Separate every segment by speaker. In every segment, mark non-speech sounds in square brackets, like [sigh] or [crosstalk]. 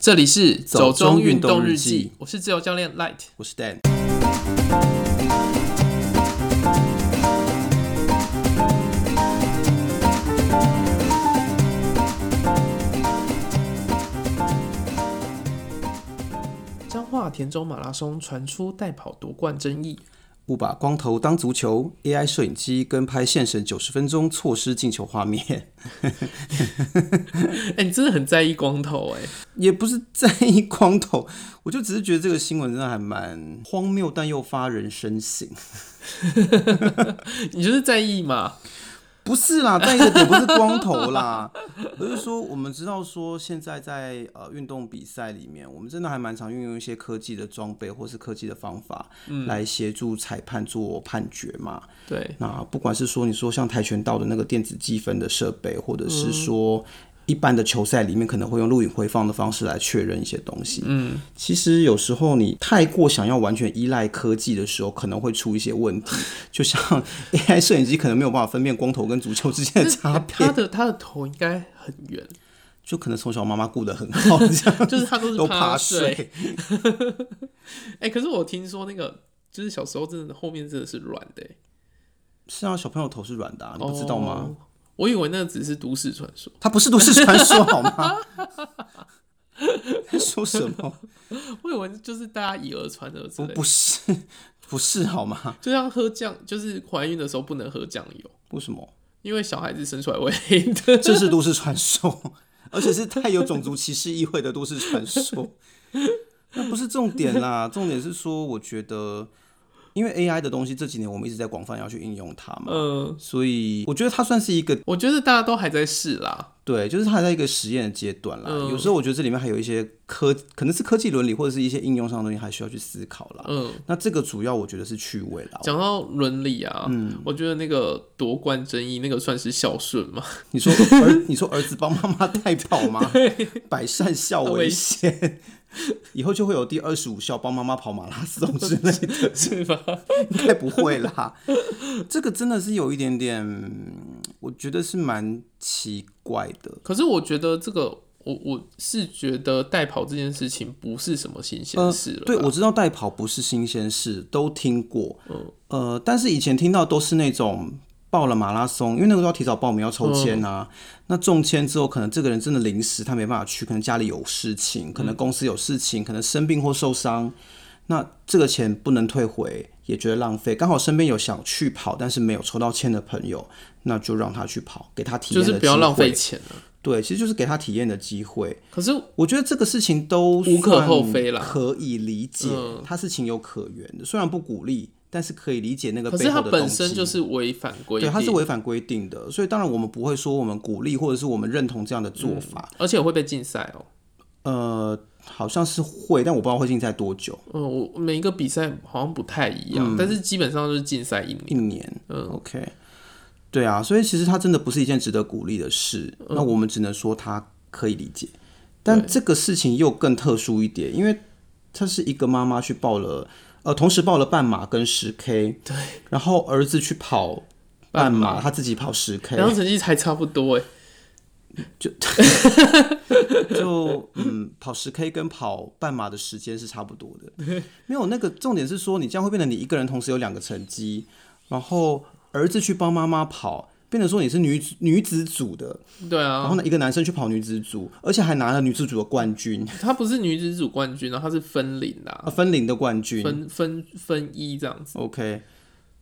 Speaker 1: 这里是
Speaker 2: 走中运动日记
Speaker 1: 我是自由教练 Light。
Speaker 2: 我是 Dan。
Speaker 1: 彰化田中马拉松传出代跑夺冠争议，
Speaker 2: 不把光头当足球，AI 摄影机跟拍现神九十分钟错失进球画面，
Speaker 1: 哎、你真的很在意光头哎、
Speaker 2: 也不是在意光头，我就只是觉得这个新闻真的还蛮荒谬，但又发人深省。
Speaker 1: 你就是在意嘛？
Speaker 2: 不是啦，在意的点不是光头啦，而是说我们知道说现在在呃运动比赛里面，我们真的还蛮常运用一些科技的装备或是科技的方法来协助裁判做判决嘛。
Speaker 1: 对，
Speaker 2: 那不管是说你说像跆拳道的那个电子积分的设备，或者
Speaker 1: 嗯
Speaker 2: 是说一般的球赛里面可能会用录影回放的方式来确认一些东西。嗯，其实有时候你太过想要完全依赖科技的时候，可能会出一些
Speaker 1: [laughs]
Speaker 2: 问题。就像 AI 摄影机可能没有办法分辨光头跟足球之间的差
Speaker 1: [laughs]
Speaker 2: 别，
Speaker 1: 他的他的头应该很圆，
Speaker 2: 就可能从小妈妈顾得很好，这样
Speaker 1: 就是他都是
Speaker 2: 都
Speaker 1: 趴
Speaker 2: 趴
Speaker 1: 睡。
Speaker 2: 睡。
Speaker 1: 哎、可是我听说那个就是小时候真的后面真的是软的、欸，
Speaker 2: 是啊，小朋友头是软的、啊，你不知道吗？
Speaker 1: 哦我以为那只是都市传说，
Speaker 2: 它不是都市传说好
Speaker 1: [laughs]
Speaker 2: 吗？在说什么？
Speaker 1: 我以为就是大家以讹传讹之
Speaker 2: 不
Speaker 1: 类的。
Speaker 2: 不是，不是好吗？
Speaker 1: [laughs] 就像喝酱，就是怀孕的时候不能喝酱油，
Speaker 2: 为什么？
Speaker 1: 因为小孩子生出来会黑的。 [laughs]
Speaker 2: 这是都市传说， [laughs] 而且是太有种族歧视意味的都市传
Speaker 1: [laughs]
Speaker 2: 说。那不是重点啦，重点是说，我觉得，因为 AI 的东西这几年我们一直在广泛要去应用它嘛，
Speaker 1: 嗯，
Speaker 2: 所以我觉得它算是一个
Speaker 1: 我觉得大家都还在试啦。
Speaker 2: 对，就是它在一个实验的阶段啦。
Speaker 1: 嗯
Speaker 2: 有时候我觉得这里面还有一些科，可能是科技伦理或者是一些应用上的东西，还需要去思考啦。
Speaker 1: 嗯，
Speaker 2: 那这个主要我觉得是趣味啦。
Speaker 1: 讲到伦理啊，
Speaker 2: 嗯
Speaker 1: 我觉得那个夺冠争议那个算是孝顺嘛？
Speaker 2: 你说儿，你说儿子帮妈妈带跑吗？百善孝为先，以后就会有第二十五孝帮妈妈跑马拉松之类
Speaker 1: [laughs]
Speaker 2: 的，
Speaker 1: 是吧？
Speaker 2: 应该不会啦。这个真的是有一点点，嗯我觉得是蛮奇怪的。
Speaker 1: 可是我觉得这个，我我是觉得代跑这件事情不是什么新鲜事了。
Speaker 2: 呃对，我知道代跑不是新鲜事，都听过。
Speaker 1: 嗯
Speaker 2: 呃，但是以前听到都是那种报了马拉松，因为那个都要提早报名要抽签
Speaker 1: 嗯
Speaker 2: 啊。那中签之后，可能这个人真的临时他没办法去，可能家里有事情，
Speaker 1: 嗯
Speaker 2: 可能公司有事情，可能生病或受伤，那这个钱不能退回，也觉得浪费。刚好身边有想去跑但是没有抽到签的朋友，那就让他去跑，给他体
Speaker 1: 就
Speaker 2: 验的
Speaker 1: 是不要
Speaker 2: 机
Speaker 1: 浪
Speaker 2: 会
Speaker 1: 费。钱了。
Speaker 2: 对，其实就是给他体验的机会。
Speaker 1: 可是
Speaker 2: 我觉得这个事情都
Speaker 1: 无可厚非啦嗯
Speaker 2: 算可以理解，它是情有可原的。虽然不鼓励，但是可以理解那个
Speaker 1: 可是
Speaker 2: 背
Speaker 1: 它
Speaker 2: 后的动
Speaker 1: 本
Speaker 2: 机。
Speaker 1: 身就是违反规
Speaker 2: 对，
Speaker 1: 定，
Speaker 2: 它是违反规定的，所以当然我们不会说我们鼓励或者是我们认同这样的做法。
Speaker 1: 而且会被禁赛哦。
Speaker 2: 呃，好像是会，但我不知道会禁赛多久，
Speaker 1: 嗯，我每一个比赛好像不太一
Speaker 2: 嗯
Speaker 1: 样，但是基本上就是禁赛一年。
Speaker 2: 一年。OK，对啊，所以其实它真的不是一件值得鼓励的事。那我们只能说它可以理解，但这个事情又更特殊一点，因为她是一个妈妈去报了，呃，同时报了半马跟十 K，对，然后儿子去跑半马，他自己跑十 K，
Speaker 1: 然后成绩还差不多哎，
Speaker 2: [laughs] 就嗯，跑十 K 跟跑半马的时间是差不多
Speaker 1: [laughs]
Speaker 2: 的。没有那个重点是说，你这样会变成你一个人同时有两个成绩，然后儿子去帮妈妈跑，变成说你是女子女子组的，
Speaker 1: 对啊，
Speaker 2: 然后呢一个男生去跑女子组，而且还拿了女子组的冠军，
Speaker 1: 她不是女子组冠军啊，她是分龄啦、
Speaker 2: 啊，分龄的冠军。
Speaker 1: 分分分一这样子。
Speaker 2: OK，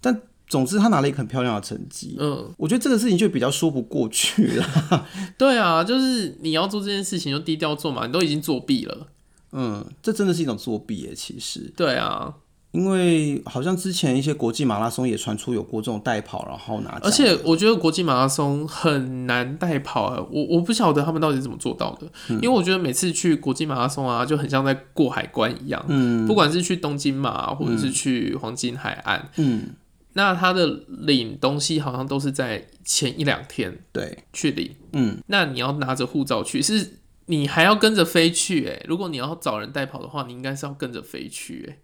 Speaker 2: 但总之他拿了一个很漂亮的成绩。
Speaker 1: 嗯，
Speaker 2: 我觉得这个事情就比较说不过去了。
Speaker 1: 对啊，就是你要做这件事情就低调做嘛，你都已经作弊了。
Speaker 2: 嗯，这真的是一种作弊耶，其实。
Speaker 1: 对啊，
Speaker 2: 因为好像之前一些国际马拉松也传出有过这种代跑，然后拿奖的，
Speaker 1: 而且我觉得国际马拉松很难代跑啊，我我不晓得他们到底是怎么做到的，
Speaker 2: 嗯
Speaker 1: 因为我觉得每次去国际马拉松啊，就很像在过海关一样，嗯，不管是去东京马或者是去黄金海岸，
Speaker 2: 嗯，
Speaker 1: 那他的领东西好像都是在前一两天
Speaker 2: 对，
Speaker 1: 去领，
Speaker 2: 嗯，
Speaker 1: 那你要拿着护照去，是你还要跟着飞去、欸，如果你要找人代跑的话，你应该是要跟着飞去、欸，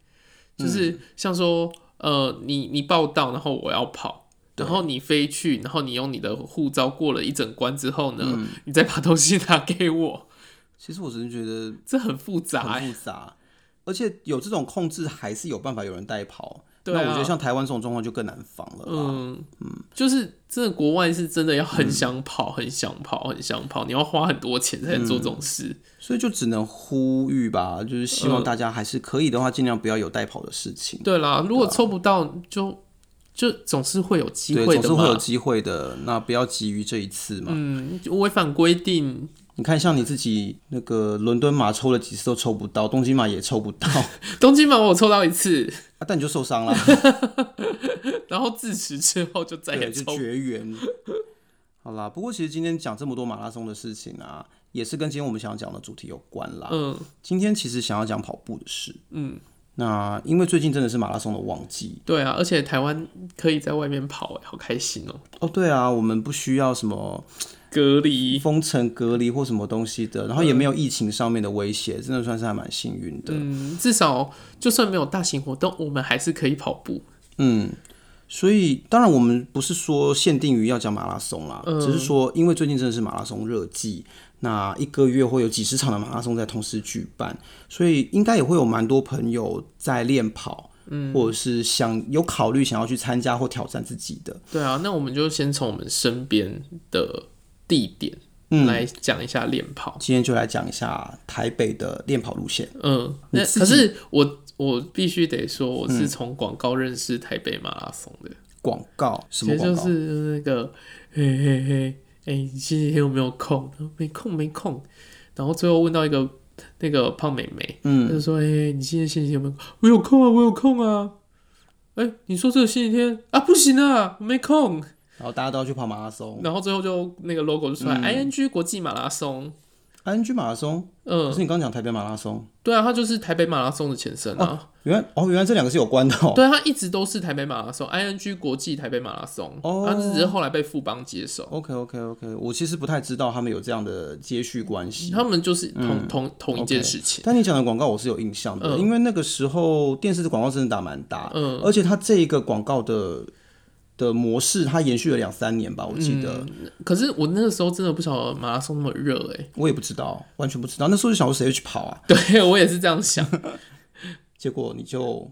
Speaker 1: 就是像说，呃，你你报到，然后我要跑。然后你飞去，然后你用你的护照过了一整关之后呢，你再把东西拿给我， [laughs]
Speaker 2: 其实我只是觉得
Speaker 1: 这很复杂、
Speaker 2: 很复杂，而且有这种控制，还是有办法有人带跑。
Speaker 1: 对啊
Speaker 2: 那我觉得像台湾这种状况就更难防了啦。
Speaker 1: 嗯，就是真的，国外是真的要很想跑，很想跑，很想跑，你要花很多钱才能做这种事。
Speaker 2: 所以就只能呼吁吧，就是希望
Speaker 1: 嗯
Speaker 2: 大家还是可以的话，尽量不要有带跑的事情。
Speaker 1: 对啦，如果抽不到，就就总是会有机
Speaker 2: 对，
Speaker 1: 会
Speaker 2: 总
Speaker 1: 的
Speaker 2: 是会有
Speaker 1: 嘛。
Speaker 2: 机会的。那不要急于这一次嘛。
Speaker 1: 嗯，就违反规定，
Speaker 2: 你看，像你自己那个伦敦马抽了几次都抽不到，东京马也抽
Speaker 1: [laughs]
Speaker 2: 不到，啊，
Speaker 1: 东京马我有抽到一次， [laughs]
Speaker 2: 但你就受伤了，
Speaker 1: 然后自此之后 [laughs] 就再也
Speaker 2: 对，就
Speaker 1: 抽不。
Speaker 2: 绝缘。好啦，不过其实今天讲这么多马拉松的事情啊，也是跟今天我们想要讲的主题有关
Speaker 1: [laughs]
Speaker 2: 啦。
Speaker 1: 嗯
Speaker 2: 今天其实想要讲跑步的事，
Speaker 1: 嗯，
Speaker 2: 那因为最近真的是马拉松的旺季
Speaker 1: 对啊，而且台湾可以在外面跑、哎，好开心哦、
Speaker 2: 哦。对啊，我们不需要什么
Speaker 1: 隔离，
Speaker 2: 封城隔离或什么东西的，然后也没有疫情上面的威胁，真的算是还蛮幸运的。
Speaker 1: 嗯，至少就算没有大型活动，我们还是可以跑步。
Speaker 2: 嗯，所以当然我们不是说限定于要讲马拉松啦，
Speaker 1: 嗯
Speaker 2: 只是说因为最近真的是马拉松热季，那一个月会有几十场的马拉松在同时举办，所以应该也会有蛮多朋友在练跑。嗯，或者是想有考虑想要去参加或挑战自己的，
Speaker 1: 对啊，那我们就先从我们身边的地点
Speaker 2: 嗯，
Speaker 1: 来讲一下练跑。
Speaker 2: 今天就来讲一下台北的练跑路线。
Speaker 1: 嗯，
Speaker 2: 你
Speaker 1: 那
Speaker 2: 自己
Speaker 1: 可是我我必须得说，我是从广告认识台北马拉松的，
Speaker 2: 广告什
Speaker 1: 其
Speaker 2: 么
Speaker 1: 实
Speaker 2: 广
Speaker 1: 就
Speaker 2: 告？
Speaker 1: 是那个嘿嘿嘿，哎、你今天有没有空？然后没空没空，然后最后问到一个那个胖妹妹，她
Speaker 2: 嗯，
Speaker 1: 就说：“哎、你今天星期天有没有空？我有空啊，我有空啊。哎、你说这个星期天啊，不行啊，我没空。
Speaker 2: 然后大家都要去跑马拉松，
Speaker 1: [laughs] 然后最后就那个 logo 就出来、i
Speaker 2: 嗯
Speaker 1: n g 国际马拉松。
Speaker 2: ING 马拉松，可
Speaker 1: 嗯，
Speaker 2: 是你刚讲台北马拉松，
Speaker 1: 对啊，它就是台北马拉松的前身啊。
Speaker 2: 原来哦，原来这两个是有关的哦。
Speaker 1: 对，它一直都是台北马拉松，ING 国际台北马拉松。
Speaker 2: 哦
Speaker 1: 它只是后来被富邦接手。
Speaker 2: OK OK OK，我其实不太知道他们有这样的接续关系。
Speaker 1: 他们就是同、
Speaker 2: 嗯
Speaker 1: 同同一件事情。
Speaker 2: 但你讲的广告我是有印象的，因为那个时候电视的广告真的打蛮大，
Speaker 1: 嗯
Speaker 2: 而且它这一个广告的的模式，它延续了两三年吧，我记得，
Speaker 1: 可是我那个时候真的不晓得马拉松那么热哎、
Speaker 2: 我也不知道，完全不知道。那时候就想说谁会去跑啊？
Speaker 1: [laughs] 对我也是这样想， [laughs]
Speaker 2: 结果你就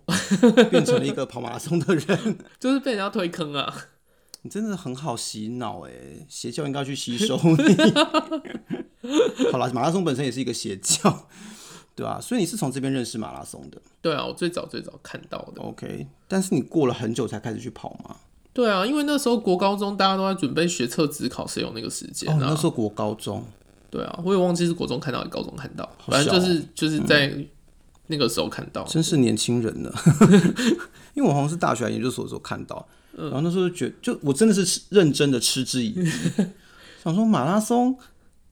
Speaker 2: 变成了一个跑马拉松的人， [laughs]
Speaker 1: 就是被人家推坑啊。 [laughs]
Speaker 2: 你真的很好洗脑哎、邪教应该去吸收你。好啦，马拉松本身也是一个邪教，对吧、所以你是从这边认识马拉松的
Speaker 1: 对啊，我最早最早看到的。
Speaker 2: ，OK？但是你过了很久才开始去跑嘛？
Speaker 1: 对啊，因为那时候国高中大家都在准备学测、职考，谁有那个时间
Speaker 2: 哦，你
Speaker 1: 啊？
Speaker 2: 那时候国高中，
Speaker 1: 对啊，我也忘记是国中看到还是高中看到，
Speaker 2: 好
Speaker 1: 反正
Speaker 2: 小哦
Speaker 1: 就是就是在那个时候看到。
Speaker 2: 真是年轻人呢。因为我好像是大学还研究所的时候看到，然后那时候就觉就我真的是吃认真的嗤之以鼻，想说马拉松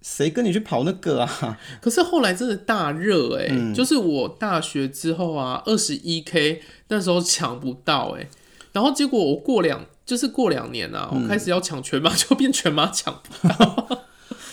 Speaker 2: 谁跟你去跑那个啊？
Speaker 1: 可是后来真的大热哎、
Speaker 2: 嗯
Speaker 1: 就是我大学之后啊，二十一 K 那时候抢不到哎、然后结果我过两就是过两年啊，
Speaker 2: 嗯
Speaker 1: 我开始要抢全马，就变全马抢不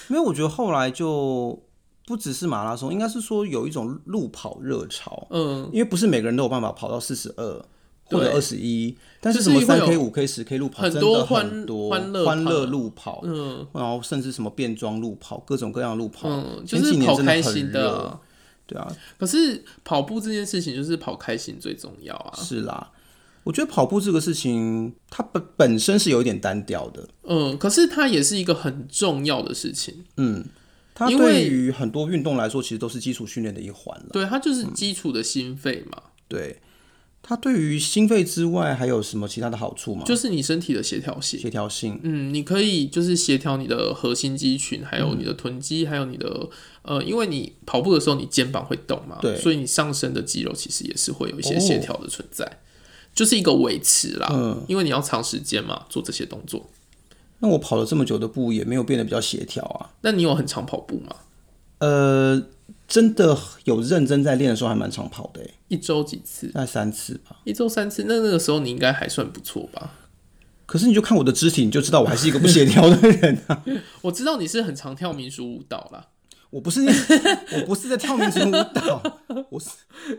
Speaker 2: 因为我觉得后来就不只是马拉松，应该是说有一种路跑热潮，
Speaker 1: 嗯，
Speaker 2: 因为不是每个人都有办法跑到四十二或者二十一，但是
Speaker 1: 就
Speaker 2: 什
Speaker 1: 是
Speaker 2: 么
Speaker 1: 会
Speaker 2: 三
Speaker 1: 有
Speaker 2: K、五 K、十 K 路跑
Speaker 1: 很
Speaker 2: 真
Speaker 1: 多
Speaker 2: 的
Speaker 1: 欢
Speaker 2: 很多
Speaker 1: 欢乐
Speaker 2: 欢
Speaker 1: 跑
Speaker 2: 乐路跑，
Speaker 1: 嗯
Speaker 2: 然后甚至什么变装路跑，各种各样的路跑，
Speaker 1: 嗯，就
Speaker 2: 前几
Speaker 1: 是
Speaker 2: 年
Speaker 1: 跑
Speaker 2: 真的
Speaker 1: 开
Speaker 2: 很
Speaker 1: 心的
Speaker 2: 热，
Speaker 1: 啊。
Speaker 2: 对啊，
Speaker 1: 可是跑步这件事情就是跑开心最重要啊。
Speaker 2: 是啦。我觉得跑步这个事情，它本本身是有一点单调的，
Speaker 1: 嗯，可是它也是一个很重要的事情，
Speaker 2: 嗯，它
Speaker 1: 因
Speaker 2: 对
Speaker 1: 为
Speaker 2: 于很多运动来说，其实都是基础训练的一环了。
Speaker 1: 对，它就是基础的心肺嘛，
Speaker 2: 对，它对于心肺之外还有什么其他的好处吗？
Speaker 1: 就是你身体的协调性。
Speaker 2: 协调性，
Speaker 1: 嗯，你可以就是协调你的核心肌群，还有你的臀肌，还有你的呃，因为你跑步的时候你肩膀会动嘛，
Speaker 2: 对
Speaker 1: 所以你上身的肌肉其实也是会有一些协调的存在，就是一个维持啦，
Speaker 2: 嗯
Speaker 1: 因为你要长时间嘛做这些动作。
Speaker 2: 那我跑了这么久的步，也没有变得比较协调啊。
Speaker 1: 那你有很常跑步吗？
Speaker 2: 呃，真的有认真在练的时候，还蛮常跑的、欸，
Speaker 1: 一周几次？
Speaker 2: 大概三次吧。
Speaker 1: 一周三次？那那个时候你应该还算不错吧？
Speaker 2: 可是你就看我的肢体，你就知道我还是一个不协调的人
Speaker 1: [laughs]
Speaker 2: 啊！
Speaker 1: 我知道你是很常跳民俗舞蹈啦，
Speaker 2: 我不是那，我不是在跳民族舞蹈，我是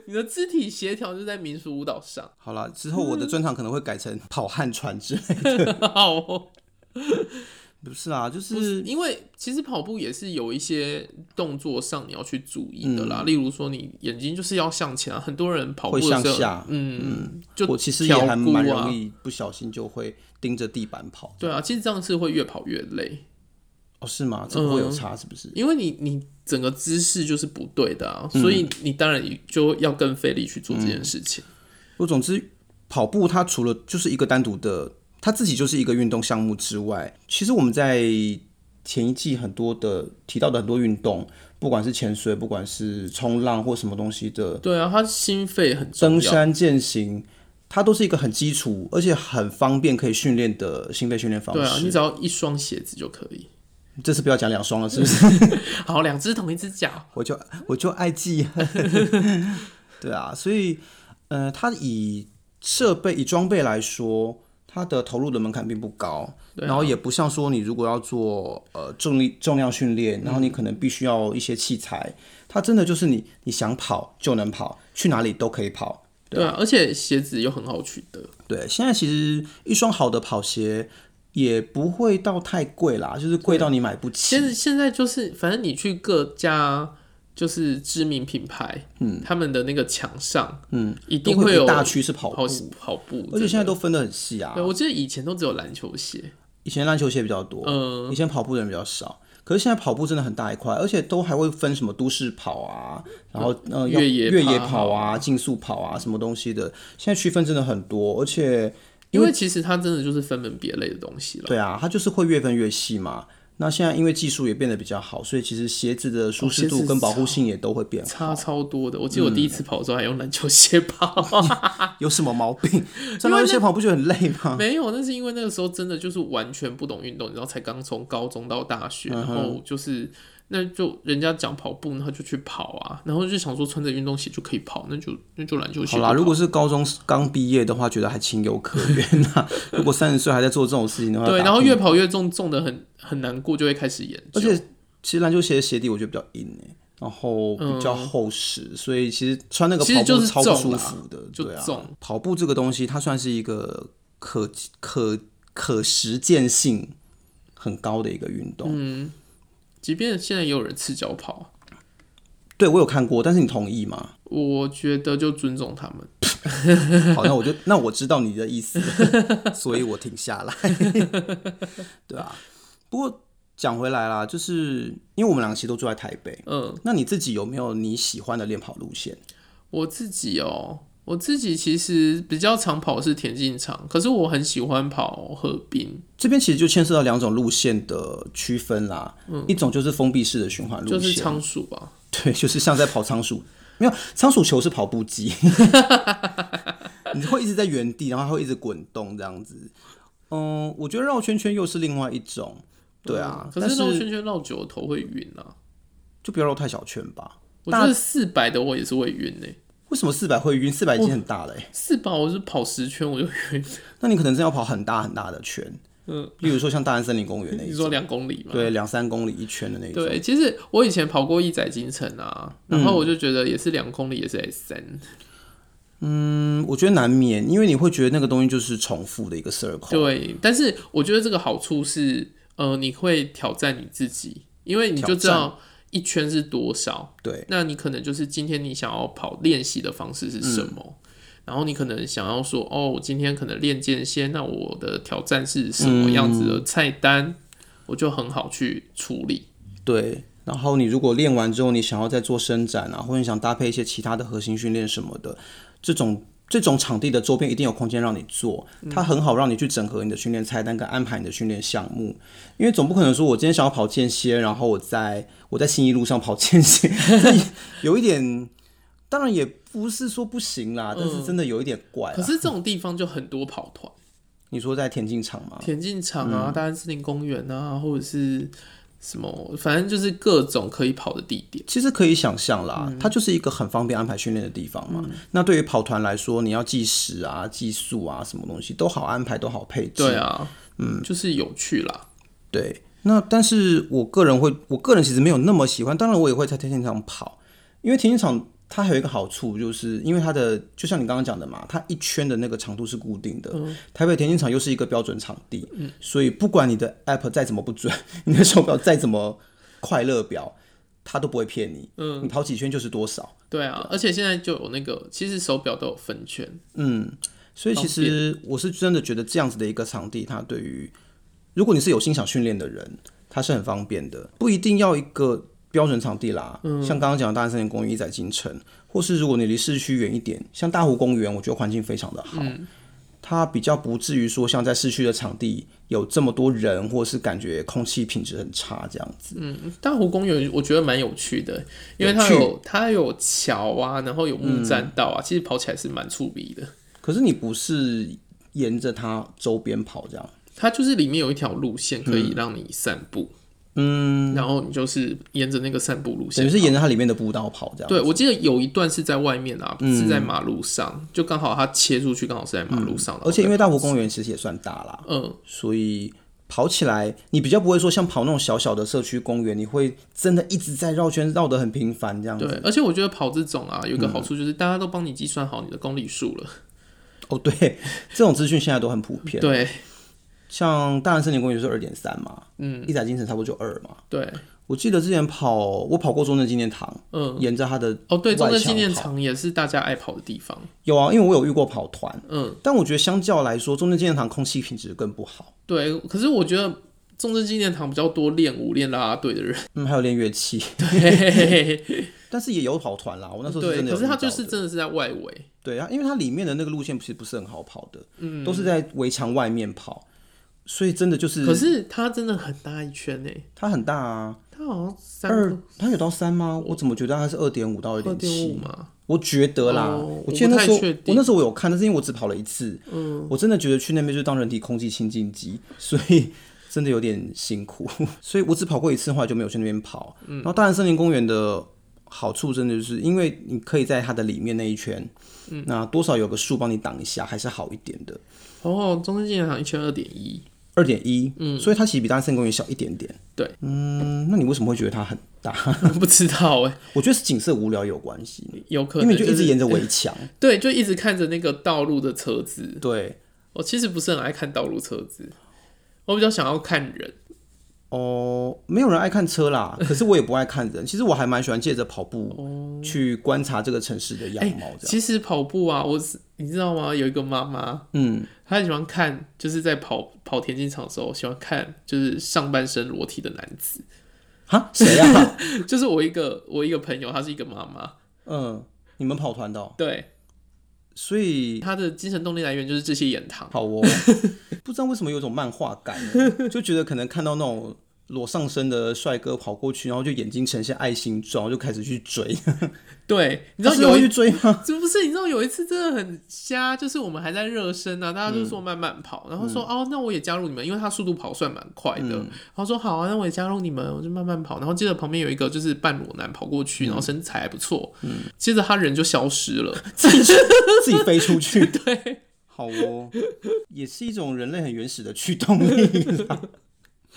Speaker 1: 你的肢体协调就在民俗舞蹈
Speaker 2: [laughs]
Speaker 1: 上。
Speaker 2: 好了。之后我的专场可能会改成跑汉船之类的。
Speaker 1: 好哦，
Speaker 2: 不是啊，就
Speaker 1: 不是
Speaker 2: 是
Speaker 1: 因为其实跑步也是有一些动作上你要去注意的啦，例如说你眼睛就是要向前啊，很多人跑步
Speaker 2: 嗯会
Speaker 1: 的时
Speaker 2: 向
Speaker 1: 候，
Speaker 2: 下。
Speaker 1: 嗯，就
Speaker 2: 我其实也
Speaker 1: 调
Speaker 2: 还
Speaker 1: 估
Speaker 2: 蛮
Speaker 1: 啊
Speaker 2: 容易不小心就会盯着地板跑。
Speaker 1: 对啊，其实这样是会越跑越累，
Speaker 2: 哦，是吗？这个会有差
Speaker 1: 嗯
Speaker 2: 是不是？
Speaker 1: 因为你你整个姿势就是不对的啊，所
Speaker 2: 嗯
Speaker 1: 以你当然就要更费力去做这件事情。
Speaker 2: 我总之，跑步它除了就是一个单独的，它自己就是一个运动项目之外，其实我们在前一季很多的提到的很多运动，不管是潜水，不管是冲浪或什么东西的，
Speaker 1: 对啊，他心肺很重
Speaker 2: 登
Speaker 1: 要，
Speaker 2: 山健行，它都是一个很基础而且很方便可以训练的心肺训练方
Speaker 1: 对啊，
Speaker 2: 式。
Speaker 1: 你只要一双鞋子就可以。
Speaker 2: 这次不要讲两双了，是不是？
Speaker 1: 好，两只同一只脚，
Speaker 2: 我就 [laughs] 我就爱记恨。 [laughs] 对啊，所以呃，它以设备以装备来说，它的投入的门槛并不高，然后也不像说你如果要做呃重力重量训练，然后你可能必须要一些器材，它真的就是你你想跑就能跑，去哪里都可以跑。
Speaker 1: 对啊，而且鞋子又很好取得，
Speaker 2: 对，现在其实一双好的跑鞋。也不会到太贵啦，就是贵到你买不起。
Speaker 1: 现在现在就是，反正你去各家就是知名品牌，嗯，他们的那个墙上，嗯，一定
Speaker 2: 都会
Speaker 1: 有
Speaker 2: 一大区是跑步
Speaker 1: 跑跑步，
Speaker 2: 而且现在都分得很细啊
Speaker 1: 对，，我记得以前都只有篮球鞋，
Speaker 2: 以前篮球鞋比较多，
Speaker 1: 嗯
Speaker 2: 以前跑步的人比较少。可是现在跑步真的很大一块，而且都还会分什么都市跑啊，然后呃要
Speaker 1: 越野
Speaker 2: 越野
Speaker 1: 跑
Speaker 2: 跑啊、竞速跑啊什么东西的，现在区分真的很多，而且
Speaker 1: 因为其实它真的就是分门别类的东西了。
Speaker 2: 对啊，它就是会越分越细嘛。那现在因为技术也变得比较好，所以其实鞋子的舒适
Speaker 1: 哦鞋
Speaker 2: 度
Speaker 1: 子
Speaker 2: 跟保护性也都会变好。
Speaker 1: 差超多的，我记得我第一次跑的时候还用篮球鞋跑，
Speaker 2: 有什么毛病？
Speaker 1: [laughs]
Speaker 2: 穿篮球鞋跑不就很累吗？
Speaker 1: 没有，那是因为那个时候真的就是完全不懂运动，你知道，才刚从高中到大学，
Speaker 2: 嗯
Speaker 1: 然后就是那就人家讲跑步，然后就去跑啊，然后就想说穿着运动鞋就可以跑，那就那就篮球鞋
Speaker 2: 好
Speaker 1: 就
Speaker 2: 啦，
Speaker 1: 跑。
Speaker 2: 如果是高中刚毕业的话，觉得还情有可原啊。如果三十岁还在做这种事情的话，
Speaker 1: 对，
Speaker 2: 打
Speaker 1: 然后
Speaker 2: 屁
Speaker 1: 越跑越重，重的很很难过，就会开始研究。
Speaker 2: 而且其实篮球鞋的鞋底我觉得比较硬诶、然后比较厚实，所以其实穿那个
Speaker 1: 嗯其实
Speaker 2: 跑
Speaker 1: 就
Speaker 2: 步
Speaker 1: 是
Speaker 2: 超不
Speaker 1: 重
Speaker 2: 舒
Speaker 1: 啦
Speaker 2: 服的，
Speaker 1: 就
Speaker 2: 对啊
Speaker 1: 重。
Speaker 2: 跑步这个东西，它算是一个可可可实践性很高的一个运
Speaker 1: 嗯
Speaker 2: 动。
Speaker 1: 即便现在也有人赤脚跑，
Speaker 2: 对我有看过，但是你同意吗？
Speaker 1: 我觉得就尊重他们。
Speaker 2: 好，那我就那我知道你的意思， [laughs] 所以我停下来，对啊。不过讲回来啦，就是因为我们两个其实都住在台北，
Speaker 1: 嗯，
Speaker 2: 那你自己有没有你喜欢的练跑路线？
Speaker 1: 我自己哦，我自己其实比较常跑是田径场，可是我很喜欢跑河滨，
Speaker 2: 这边其实就牵涉到两种路线的区分啦，一种就是封闭式的循环路
Speaker 1: 嗯就
Speaker 2: 线，
Speaker 1: 是仓鼠吧。
Speaker 2: [laughs] 对，就是像在跑仓鼠，没有仓鼠球是跑步
Speaker 1: [laughs]
Speaker 2: 机，你会一直在原地，然后它会一直滚动这样子。嗯，我觉得绕圈圈又是另外一种，对啊
Speaker 1: 嗯，可
Speaker 2: 但
Speaker 1: 是绕
Speaker 2: 是
Speaker 1: 圈圈绕久了头会晕啊。
Speaker 2: 就不要绕太小圈吧。
Speaker 1: 我觉得四百的我也是会晕呢、
Speaker 2: 为什么四百会晕？四百已经很大了、
Speaker 1: [laughs]
Speaker 2: 欸，
Speaker 1: 四百我是跑十圈我就晕，
Speaker 2: 那你可能真要跑很大很大的圈，嗯，例如说像大安森林公园那
Speaker 1: 你
Speaker 2: 一
Speaker 1: [laughs] 说
Speaker 2: 种，
Speaker 1: 两公里嘛？
Speaker 2: 对，两三公里一圈的那一种。
Speaker 1: 对，其实我以前跑过一载金城啊，然后我就觉得也是两公里，也是 S 三、
Speaker 2: 嗯，我觉得难免，因为你会觉得那个东西就是重复的一个 circle。
Speaker 1: 对，但是我觉得这个好处是，呃，你会挑战你自己，因为你就知道一圈是多少，
Speaker 2: 对，
Speaker 1: 那你可能就是今天你想要跑练习的方式是什么？然后你可能想要说，哦，我今天可能练间歇，那我的挑战是什么样子的菜单，我就很好去处理。
Speaker 2: 对，然后你如果练完之后，你想要再做伸展啊，或者你想搭配一些其他的核心训练什么的，这种这种场地的周边一定有空间让你做，它很好让你去整合你的训练菜单跟安排你的训练项目，因为总不可能说我今天想要跑间歇，然后我在我在新一路上跑间歇，这也有一点，当然也不是说不行啦，但是真的有一点怪
Speaker 1: 可
Speaker 2: 啦。
Speaker 1: 是这种地方就很多跑团，
Speaker 2: 你说在田径场吗？
Speaker 1: 田径场啊、大安森林公园啊，或者是什么，反正就是各种可以跑的地点。
Speaker 2: 其实可以想象啦，它就是一个很方便安排训练的地方嘛。那对于跑团来说，你要计时啊、计速啊，什么东西都好安排，都好配置。
Speaker 1: 对啊，嗯，就是有趣啦。
Speaker 2: 对，那但是我个人会，我个人其实没有那么喜欢。当然，我也会在田径场跑，因为田径场它还有一个好处，就是因为它的就像你刚刚讲的嘛，它一圈的那个长度是固定的。台北田径场又是一个标准场地，所以不管你的 app 再怎么不准， [laughs] 你的手表再怎么快乐表，它都不会骗你。嗯，你跑几圈就是多少。
Speaker 1: 对啊，而且现在就有那个，其实手表都有分圈，
Speaker 2: 嗯，所以其实我是真的觉得这样子的一个场地，它对于如果你是有心想训练的人，它是很方便的，不一定要一个标准场地啦。
Speaker 1: 嗯
Speaker 2: 像刚刚讲的大安森林公园、一仔金城，或是如果你离市区远一点，像大湖公园，我觉得环境非常的好。
Speaker 1: 嗯
Speaker 2: 它比较不至于说像在市区的场地有这么多人，或是感觉空气品质很差这样子。
Speaker 1: 大湖公园我觉得蛮有趣的，因为它有它有桥啊，然后有木栈道
Speaker 2: 嗯
Speaker 1: 啊，其实跑起来是蛮触鼻的。
Speaker 2: 可是你不是沿着它周边跑这样，
Speaker 1: 它就是里面有一条路线可以让你散步，嗯，然后你就是沿着那个散步路
Speaker 2: 等
Speaker 1: 线
Speaker 2: 于。是沿着它里面的步道跑这样。嗯
Speaker 1: 对，我记得有一段是在外面啊，是在马路上，就刚好它切出去，刚好是在马路上。
Speaker 2: 嗯而且因为大湖公园其实也算大啦，
Speaker 1: 嗯，
Speaker 2: 所以跑起来你比较不会说像跑那种小小的社区公园，你会真的一直在绕圈绕得很频繁这样
Speaker 1: 嗯对
Speaker 2: 子。，
Speaker 1: 而且我觉得跑这种啊，有
Speaker 2: 嗯
Speaker 1: 一个好处就是大家都帮你计算好你的公里数了。
Speaker 2: 哦，对， [laughs] 这种资讯现在都很普遍。
Speaker 1: 对
Speaker 2: 像大安森林公园就是二点三嘛，嗯，一载精神差不多就二嘛。
Speaker 1: 对，
Speaker 2: 我记得之前跑，我跑过中正纪念堂，嗯，沿着它的
Speaker 1: 哦对，中
Speaker 2: 外
Speaker 1: 正
Speaker 2: 墙
Speaker 1: 纪念
Speaker 2: 跑
Speaker 1: 堂也是大家爱跑的地方。
Speaker 2: 有啊，因为我有遇过跑团，
Speaker 1: 嗯，
Speaker 2: 但我觉得相较来说，中正纪念堂空气品质更不好。
Speaker 1: 对，可是我觉得中正纪念堂比较多练舞、练啦啦队的
Speaker 2: [laughs]
Speaker 1: 人。
Speaker 2: 嗯，还有练乐器， [laughs]
Speaker 1: 对，
Speaker 2: 但是也有跑团啦。我那时候是
Speaker 1: 对，
Speaker 2: 真的有
Speaker 1: 可
Speaker 2: 遇到的，
Speaker 1: 是他就是真的是在外围。
Speaker 2: 对啊，因为它里面的那个路线其实不是很好跑的，嗯，都是在围墙外面跑，所以真的就是
Speaker 1: 可是它真的很大一圈呢，
Speaker 2: 它很大啊，
Speaker 1: 它好像三
Speaker 2: 二它有到三吗？我怎么觉得它是二点五到二
Speaker 1: 二
Speaker 2: 点
Speaker 1: 点五
Speaker 2: 七？
Speaker 1: 嘛。
Speaker 2: 我觉得啦，
Speaker 1: 哦
Speaker 2: 我记得那时候
Speaker 1: 我不太确定
Speaker 2: 我那时候我有看，但是因为我只跑了一次，嗯，我真的觉得去那边就当人体空气清净机，所以真的有点辛苦， [laughs] 所以我只跑过一次，后来就没有去那边跑。
Speaker 1: 嗯
Speaker 2: 然后大安森林公园的好处真的就是，因为你可以在它的里面那一圈，嗯，那多少有个树帮你挡一下，还是好一点的。
Speaker 1: 哦，中正纪念堂一圈二点
Speaker 2: [laughs]
Speaker 1: 一。
Speaker 2: 二点一，嗯，所以它其实比大安森林公园小一点点。
Speaker 1: 对，
Speaker 2: 嗯，那你为什么会觉得它很大？
Speaker 1: 不知道哎，
Speaker 2: 我觉得是景色无聊有关系，
Speaker 1: 有可
Speaker 2: 因
Speaker 1: 能
Speaker 2: 为你就一直
Speaker 1: 是
Speaker 2: 沿着围墙。
Speaker 1: 对，就一直看着那个道路的车子。
Speaker 2: 对，
Speaker 1: 我其实不是很爱看道路车子，我比较想要看人。
Speaker 2: 哦，没有人爱看车
Speaker 1: [laughs]
Speaker 2: 啦，可是我也不爱看人。其实我还蛮喜欢借着跑
Speaker 1: 哦
Speaker 2: 步去观察这个城市的样貌，这样。
Speaker 1: 其实跑步啊，我是你知道吗？有一个妈妈，
Speaker 2: 嗯，
Speaker 1: 她很喜欢看，就是在跑跑田径场的时候，喜欢看就是上半身裸体的男子。 [laughs]
Speaker 2: 哈，谁啊？ [laughs]
Speaker 1: 就是我一个我一个朋友，她是一个妈妈，
Speaker 2: 嗯，你们跑团的哦、
Speaker 1: 对，
Speaker 2: 所以
Speaker 1: 她的精神动力来源就是这些演堂。
Speaker 2: 好
Speaker 1: [laughs]
Speaker 2: 哦，不知道为什么有种漫画感欸，就觉得可能看到那种裸上身的帅哥跑过去，然后就眼睛呈现爱心状，然后就开始去追。
Speaker 1: 对，你
Speaker 2: 你 [laughs]
Speaker 1: 知道有
Speaker 2: 会
Speaker 1: 一
Speaker 2: 去追吗？
Speaker 1: 这 [laughs] 不是你知道有一次真的很瞎，就是我们还在热身啊，大家就说慢慢跑，然后说、哦，那我也加入你们，因为他速度跑算蛮快的，然后说好啊，那我也加入你们，我就慢慢跑，然后接着旁边有一个就是半裸男跑过去，然后身材还不错，接着他人就消失了，
Speaker 2: 自己去自己飞出去。
Speaker 1: [laughs] 对，
Speaker 2: 好哦，也是一种人类很原始的驱动力啦，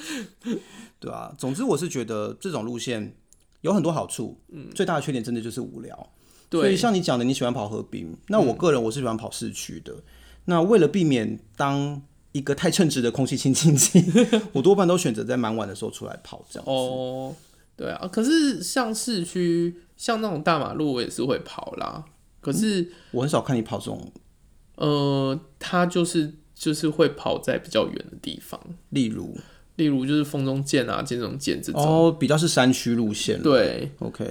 Speaker 2: [laughs] 对啊，总之我是觉得这种路线有很多好处，嗯，最大的缺点真的就是无聊。所以
Speaker 1: 对，
Speaker 2: 像你讲的，你喜欢跑河滨，那我个人我是喜欢跑市区的。那为了避免当一个太称职的空气清净
Speaker 1: [laughs]
Speaker 2: 机，我多半都选择在蛮晚的时候出来跑这样。
Speaker 1: 哦，对啊，可是像市区像那种大马路，我也是会跑啦，可是、
Speaker 2: 我很少看你跑这种，
Speaker 1: 呃，他就是就是会跑在比较远的地方，
Speaker 2: 例如
Speaker 1: 例如就是风中剑啊、剑中剑这种。
Speaker 2: 哦，比较是山区路线。
Speaker 1: 对，
Speaker 2: OK，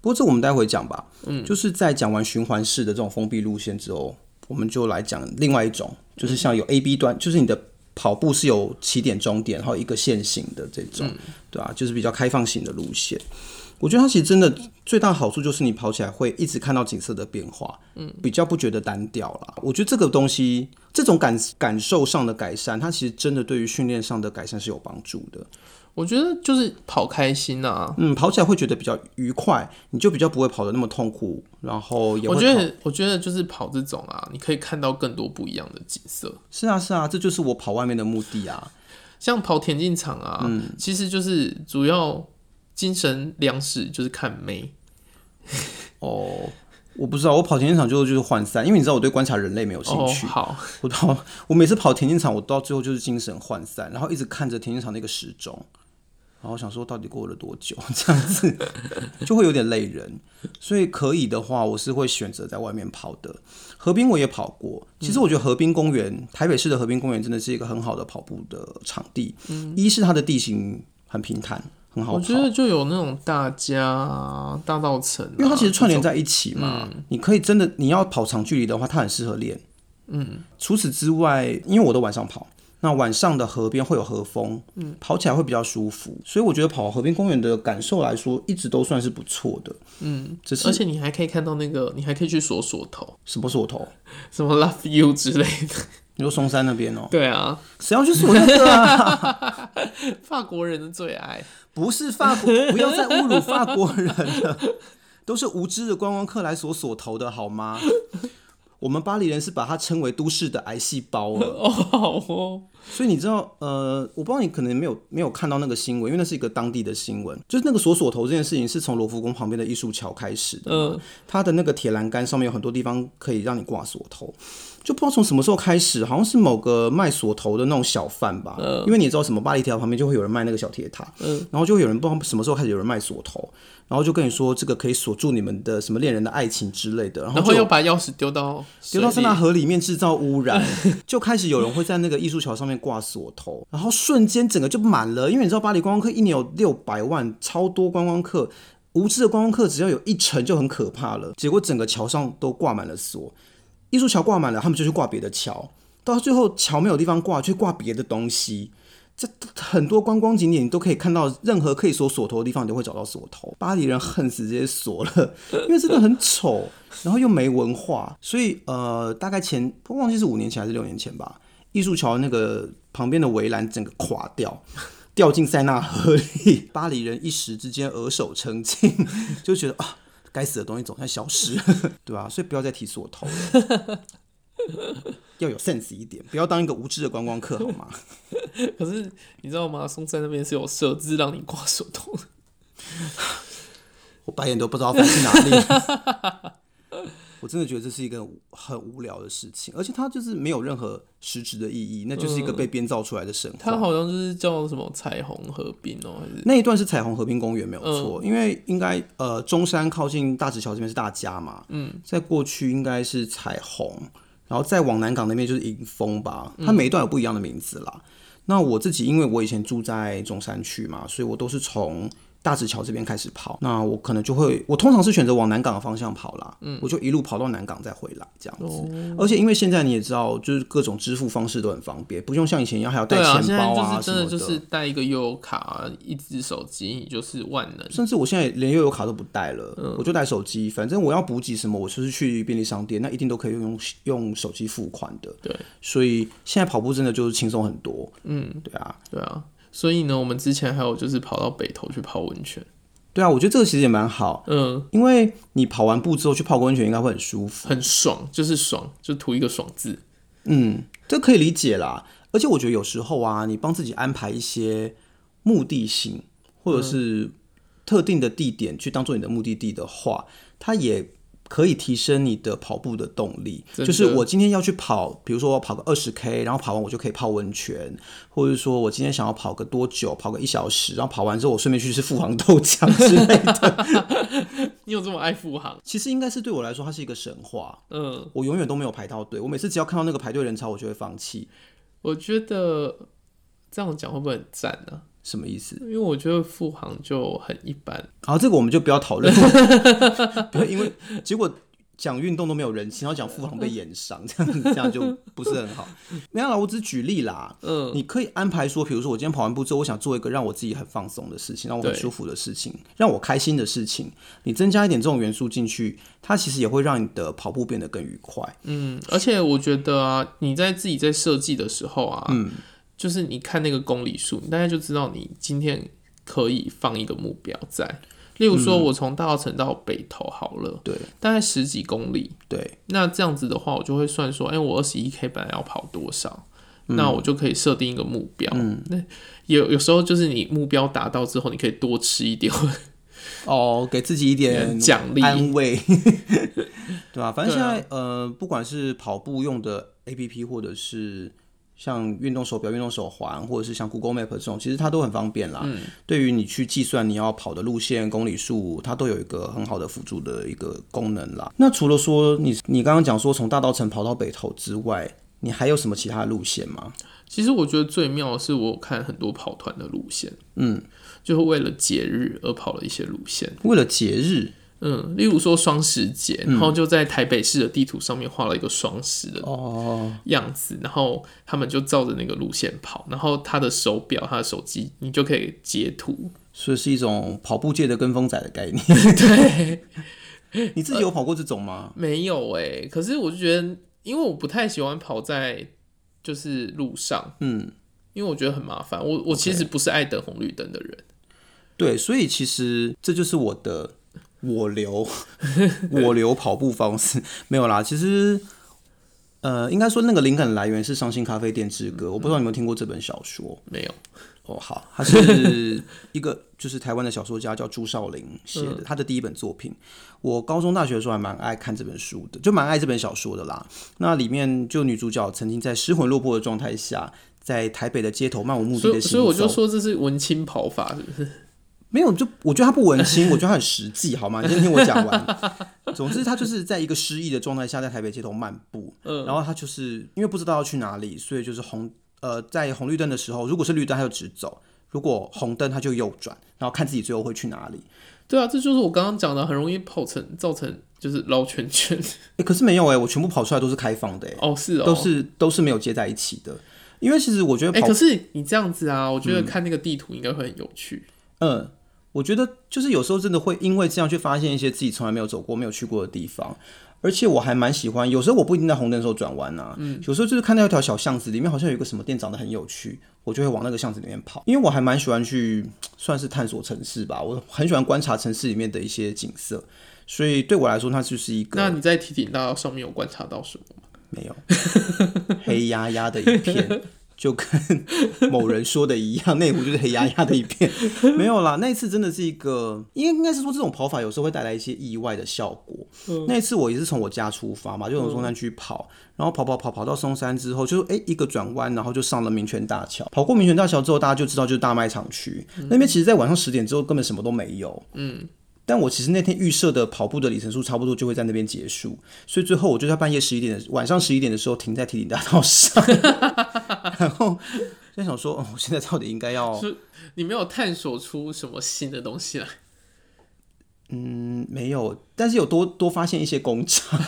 Speaker 2: 不过这我们待会讲吧。嗯，就是在讲完循环式的这种封闭路线之后，我们就来讲另外一种，就是像有 A、B 端，就是你的跑步是有起点、终点，然后一个线型的这种，对啊，就是比较开放型的路线。我觉得它其实真的最大好处就是你跑起来会一直看到景色的变化，嗯，比较不觉得单调啦。我觉得这个东西，这种感感受上的改善，它其实真的对于训练上的改善是有帮助的。
Speaker 1: 我觉得就是跑开心啊。
Speaker 2: 嗯，跑起来会觉得比较愉快，你就比较不会跑得那么痛苦，然后也会
Speaker 1: 我觉
Speaker 2: 跑
Speaker 1: 得，我觉得就是跑这种啊，你可以看到更多不一样的景色。
Speaker 2: 是啊是啊，这就是我跑外面的目的啊。
Speaker 1: 像跑田径场啊，
Speaker 2: 嗯
Speaker 1: 其实就是主要精神粮食就是看妹。
Speaker 2: 哦，我不知道，我跑田径场最后就是涣散，因为你知道我对观察人类没有兴
Speaker 1: 哦
Speaker 2: 趣。，
Speaker 1: 好，
Speaker 2: 我到我每次跑田径场，我到最后就是精神涣散，然后一直看着田径场那个时钟，然后想说到底过了多久这样子，就会有点累人。所以可以的话，我是会选择在外面跑的。河滨我也跑过，其实我觉得河滨公园，台北市的河滨公园真的是一个很好的跑步的场地。一是它的地形很平坦，很好
Speaker 1: 嗯我
Speaker 2: 跑。
Speaker 1: 觉得就有那种大家大道城、啊，
Speaker 2: 因为它其实串联在一起嘛，你可以真的你要跑长距离的话，它很适合练。嗯，除此之外，因为我都晚上跑，那晚上的河边会有河风，嗯，跑起来会比较舒服，所以我觉得跑河边公园的感受来说，一直都算是不错的。嗯，只
Speaker 1: 而
Speaker 2: 是
Speaker 1: 且你还可以看到那个，你还可以去锁锁头，
Speaker 2: 什么锁头？
Speaker 1: 什么 Love You 之类的。 [laughs]
Speaker 2: 你说松山那边哦、
Speaker 1: 对啊，
Speaker 2: 谁要去锁那个 [laughs] 啊？
Speaker 1: 法国人的最爱。
Speaker 2: 不是法国，不要再侮辱法国人了，都是无知的观光客来所所投的好吗？我们巴黎人是把它称为都市的癌细胞了。
Speaker 1: 哦，好哦，
Speaker 2: 所以你知道，呃，我不知道你可能没有没有看到那个新闻，因为那是一个当地的新闻，就是那个锁锁头这件事情是从罗浮宫旁边的艺术桥开始的。
Speaker 1: 嗯，
Speaker 2: 它的那个铁栏杆上面有很多地方可以让你挂锁头，就不知道从什么时候开始，好像是某个卖锁头的那种小贩吧，
Speaker 1: 嗯
Speaker 2: 因为你知道什么巴黎铁塔旁边就会有人卖那个小铁塔，然后就会有人不知道什么时候开始有人卖锁头，然后就跟你说这个可以锁住你们的什么恋人的爱情之类的，然后
Speaker 1: 然
Speaker 2: 就
Speaker 1: 后又把钥匙丢到
Speaker 2: 丢到
Speaker 1: 水
Speaker 2: 塞
Speaker 1: 里
Speaker 2: 纳河里面制造污染，就开始有人会在那个艺术桥上面挂锁头，然后瞬间整个就满了，因为你知道巴黎观光客一年有六百万，超多观光客，无知的观光客只要有一成就很可怕了。结果整个桥上都挂满了锁，艺术桥挂满了，他们就去挂别的桥，到最后桥没有地方挂，去挂别的东西。这很多观光景点你都可以看到，任何可以锁锁头的地方，你都会找到锁头。巴黎人恨死这些锁了，因为真的很丑，然后又没文化，所以呃，大概前我忘记是五年前还是六年前吧，艺术桥那个旁边的围栏整个垮掉， [laughs] 掉进塞纳河里，巴黎人一时之间额手称庆，就觉得啊。该死的东西总算消失了， [laughs] 对吧、所以不要再提锁头了，要有 sense 一点，不要当一个无知的观光客好吗？
Speaker 1: 可是你知道吗？松山那边是有设置让你挂手头的，
Speaker 2: 我白眼都不知道翻去哪里。我真的觉得这是一个很无聊的事情，而且它就是没有任何实质的意义，那就是一个被编造出来的神话。
Speaker 1: 它好像就是啊叫什么彩虹河滨哦、还是
Speaker 2: 那一段是彩虹河滨公园没有
Speaker 1: 嗯
Speaker 2: 错，因为应该呃中山靠近大直桥这边是大家嘛，嗯，在过去应该是彩虹，然后再往南港那边就是迎风吧，
Speaker 1: 嗯
Speaker 2: 它每一段有不一样的名字啦。那我自己因为我以前住在中山区嘛，所以我都是从大直桥这边开始跑，那我可能就会，我通常是选择往南港的方向跑啦，嗯，我就一路跑到南港再回来这样子。
Speaker 1: 哦
Speaker 2: 而且因为现在你也知道，就是各种支付方式都很方便，不用像以前一样还要带
Speaker 1: 对啊，现
Speaker 2: 钱
Speaker 1: 在
Speaker 2: 包
Speaker 1: 就是
Speaker 2: 什
Speaker 1: 真
Speaker 2: 么
Speaker 1: 的就是带一个悠游卡、一只手机，你就是万能。
Speaker 2: 甚至我现在连悠游卡都不带了，
Speaker 1: 嗯
Speaker 2: 我就带手机。反正我要补给什么，我就是去便利商店，那一定都可以用用手机付款的。
Speaker 1: 对，
Speaker 2: 所以现在跑步真的就是轻松很多。嗯，对啊，
Speaker 1: 对啊，所以呢，我们之前还有就是跑到北投去泡温泉。
Speaker 2: 对啊，我觉得这个其实也蛮好，
Speaker 1: 嗯，
Speaker 2: 因为你跑完步之后去泡个温泉应该会很舒服。
Speaker 1: 很爽，就是爽，就图一个爽字。 [laughs]
Speaker 2: 嗯，这可以理解啦。而且我觉得有时候啊，你帮自己安排一些目的性或者
Speaker 1: 嗯
Speaker 2: 是特定的地点去当做你的目的地的话，它也可以提升你的跑步的动力。
Speaker 1: 真的
Speaker 2: 就是我今天要去跑，比如说我跑个二十 K，然后跑完我就可以泡温泉，或者说我今天想要跑个多久，跑个一小时，然后跑完之后我顺便去吃富航豆浆之类的。 [laughs]
Speaker 1: 你有这么爱富航？
Speaker 2: 其实应该是对我来说，它是一个神话。
Speaker 1: 嗯，
Speaker 2: 我永远都没有排到队，我每次只要看到那个排队人潮，我就会放弃。
Speaker 1: 我觉得这样讲会不会很赞呢、
Speaker 2: 什么意思？
Speaker 1: 因为我觉得富航就很一般。
Speaker 2: 好，这个我们就不
Speaker 1: [laughs]
Speaker 2: 要讨论， [laughs] 不要因为结果讲运动都没有人气，然后讲富航被演伤，这样这样就不是很好。没有啦，我只举例啦。
Speaker 1: 嗯，
Speaker 2: 你可以安排说，比如说我今天跑完步之后，我想做一个让我自己很放松的事情，让我很
Speaker 1: 对
Speaker 2: 舒服的事情，让我开心的事情。你增加一点这种元素进去，它其实也会让你的跑步变得更愉快。
Speaker 1: 嗯，而且我觉得啊，你在自己在设计的时候啊，嗯，就是你看那个公里数，你大概就知道你今天可以放一个目标在。例如说，我从大稻城到北投好了，
Speaker 2: 嗯对
Speaker 1: 大概十几公里。
Speaker 2: 对，
Speaker 1: 那这样子的话，我就会算说，哎、我二十一 K 本来要跑多少，
Speaker 2: 嗯
Speaker 1: 那我就可以设定一个目标。那有有时候就是你目标达到之后，你可以多吃一点，
Speaker 2: 哦，给自己一点
Speaker 1: 奖励
Speaker 2: 安慰，对啊，反正现在、呃，不管是跑步用的 A P P，或者是像运动手表、运动手环，或者是像 Google Map 这种，其实它都很方便啦。对于你去计算你要跑的路线、公里数，它都有一个很好的辅助的一个功能啦。那除了说你你刚刚讲说从大稻城跑到北投之外，你还有什么其他的路线吗？
Speaker 1: 其实我觉得最妙的是我看很多跑团的路线，
Speaker 2: 嗯，
Speaker 1: 就是为了节日而跑了一些路线。
Speaker 2: 为了节日
Speaker 1: 嗯，例如说双十节，
Speaker 2: 嗯
Speaker 1: 然后就在台北市的地图上面画了一个双十的
Speaker 2: 哦，
Speaker 1: 样子，然后他们就照着那个路线跑，然后他的手表、他的手机，你就可以截
Speaker 2: [laughs]
Speaker 1: 图。
Speaker 2: 所以是一种跑步界的跟风仔的概念。
Speaker 1: 对，
Speaker 2: 你自己有跑过这种吗？
Speaker 1: 没有哎、可是我就觉得，因为我不太喜欢跑在就是路上，
Speaker 2: 嗯，
Speaker 1: 因为我觉得很麻烦。我我其实不是爱等红绿灯的人。
Speaker 2: 对，所以其实这就是我的我流 [laughs] 我流跑步方式，没有啦。其实，呃，应该说那个灵感来源是《伤心咖啡店之歌》，我不知道你有没有听过这本小说。
Speaker 1: 没有，
Speaker 2: 哦，好，
Speaker 1: [laughs]
Speaker 2: 它是一个就是台湾的小说家叫朱少林写
Speaker 1: 嗯
Speaker 2: 的，他的第一本作品。我高中、大学的时候还蛮爱看这本书的，就蛮爱这本小说的啦。那里面就女主角曾经在失魂落魄的状态下，在台北的街头漫无目的
Speaker 1: 所
Speaker 2: 的
Speaker 1: 以
Speaker 2: 行走。
Speaker 1: 所以我就说这是文青跑法，是不是？
Speaker 2: 没有，就我觉得他不文青，我觉得他很实际，好吗？你先听我讲完。 [laughs] 总之，他就是在一个失意的状态下，在台北街头漫步。
Speaker 1: 嗯
Speaker 2: 然后他就是因为不知道要去哪里，所以就是红呃，在红绿灯的时候，如果是绿灯，他就直走；如果红灯，他就右转，然后看自己最后会
Speaker 1: [laughs]
Speaker 2: 去哪里。
Speaker 1: 对啊，这就是我刚刚讲的，很容易跑成造成就是绕圈圈。
Speaker 2: 诶可是没有诶，我全部跑出来都是开放的、诶
Speaker 1: 哦，是哦，
Speaker 2: 都是都是没有接在一起的。因为其实我觉得
Speaker 1: 哎、
Speaker 2: 跑
Speaker 1: 可是你这样子啊，我觉得看那个地图应该会很有趣。
Speaker 2: 嗯，我觉得就是有时候真的会因为这样去发现一些自己从来没有走过、没有去过的地方。而且我还蛮喜欢，有时候我不一定在红灯的时候转弯啊，有时候就是看到一条小巷子，里面好像有一个什么店长得很有趣，我就会往那个巷子里面跑，因为我还蛮喜欢去算是探索城市吧，我很喜欢观察城市里面的一些景色，所以对我来说，它就是一个
Speaker 1: 那你在提体大道上面有观察到什么？
Speaker 2: 没有 [laughs] 黑压压的一片， [laughs] 就跟某人说的一样，内湖就是黑压压的一片。 [laughs] 没有啦，那一次真的是一个，应应该是说这种跑法有时候会带来一些意外的效果。那一次我也是从我家出发嘛，就从松山区跑，然后跑跑跑跑到松山之后，就哎、一个转弯，然后就上了民权大桥。跑过民权大桥之后，大家就知道就是大卖场区、那边，其实在晚上十点之后根本什么都没有。但我其实那天预设的跑步的里程数差不多就会在那边结束，所以最后我就在半夜十一点的晚上十一点的时候停在提顶大道上，然后就想说，哦，我现在到底应该要
Speaker 1: 你没有探索出什么新的东西来？
Speaker 2: 嗯没有，但是有多多发现一些工厂，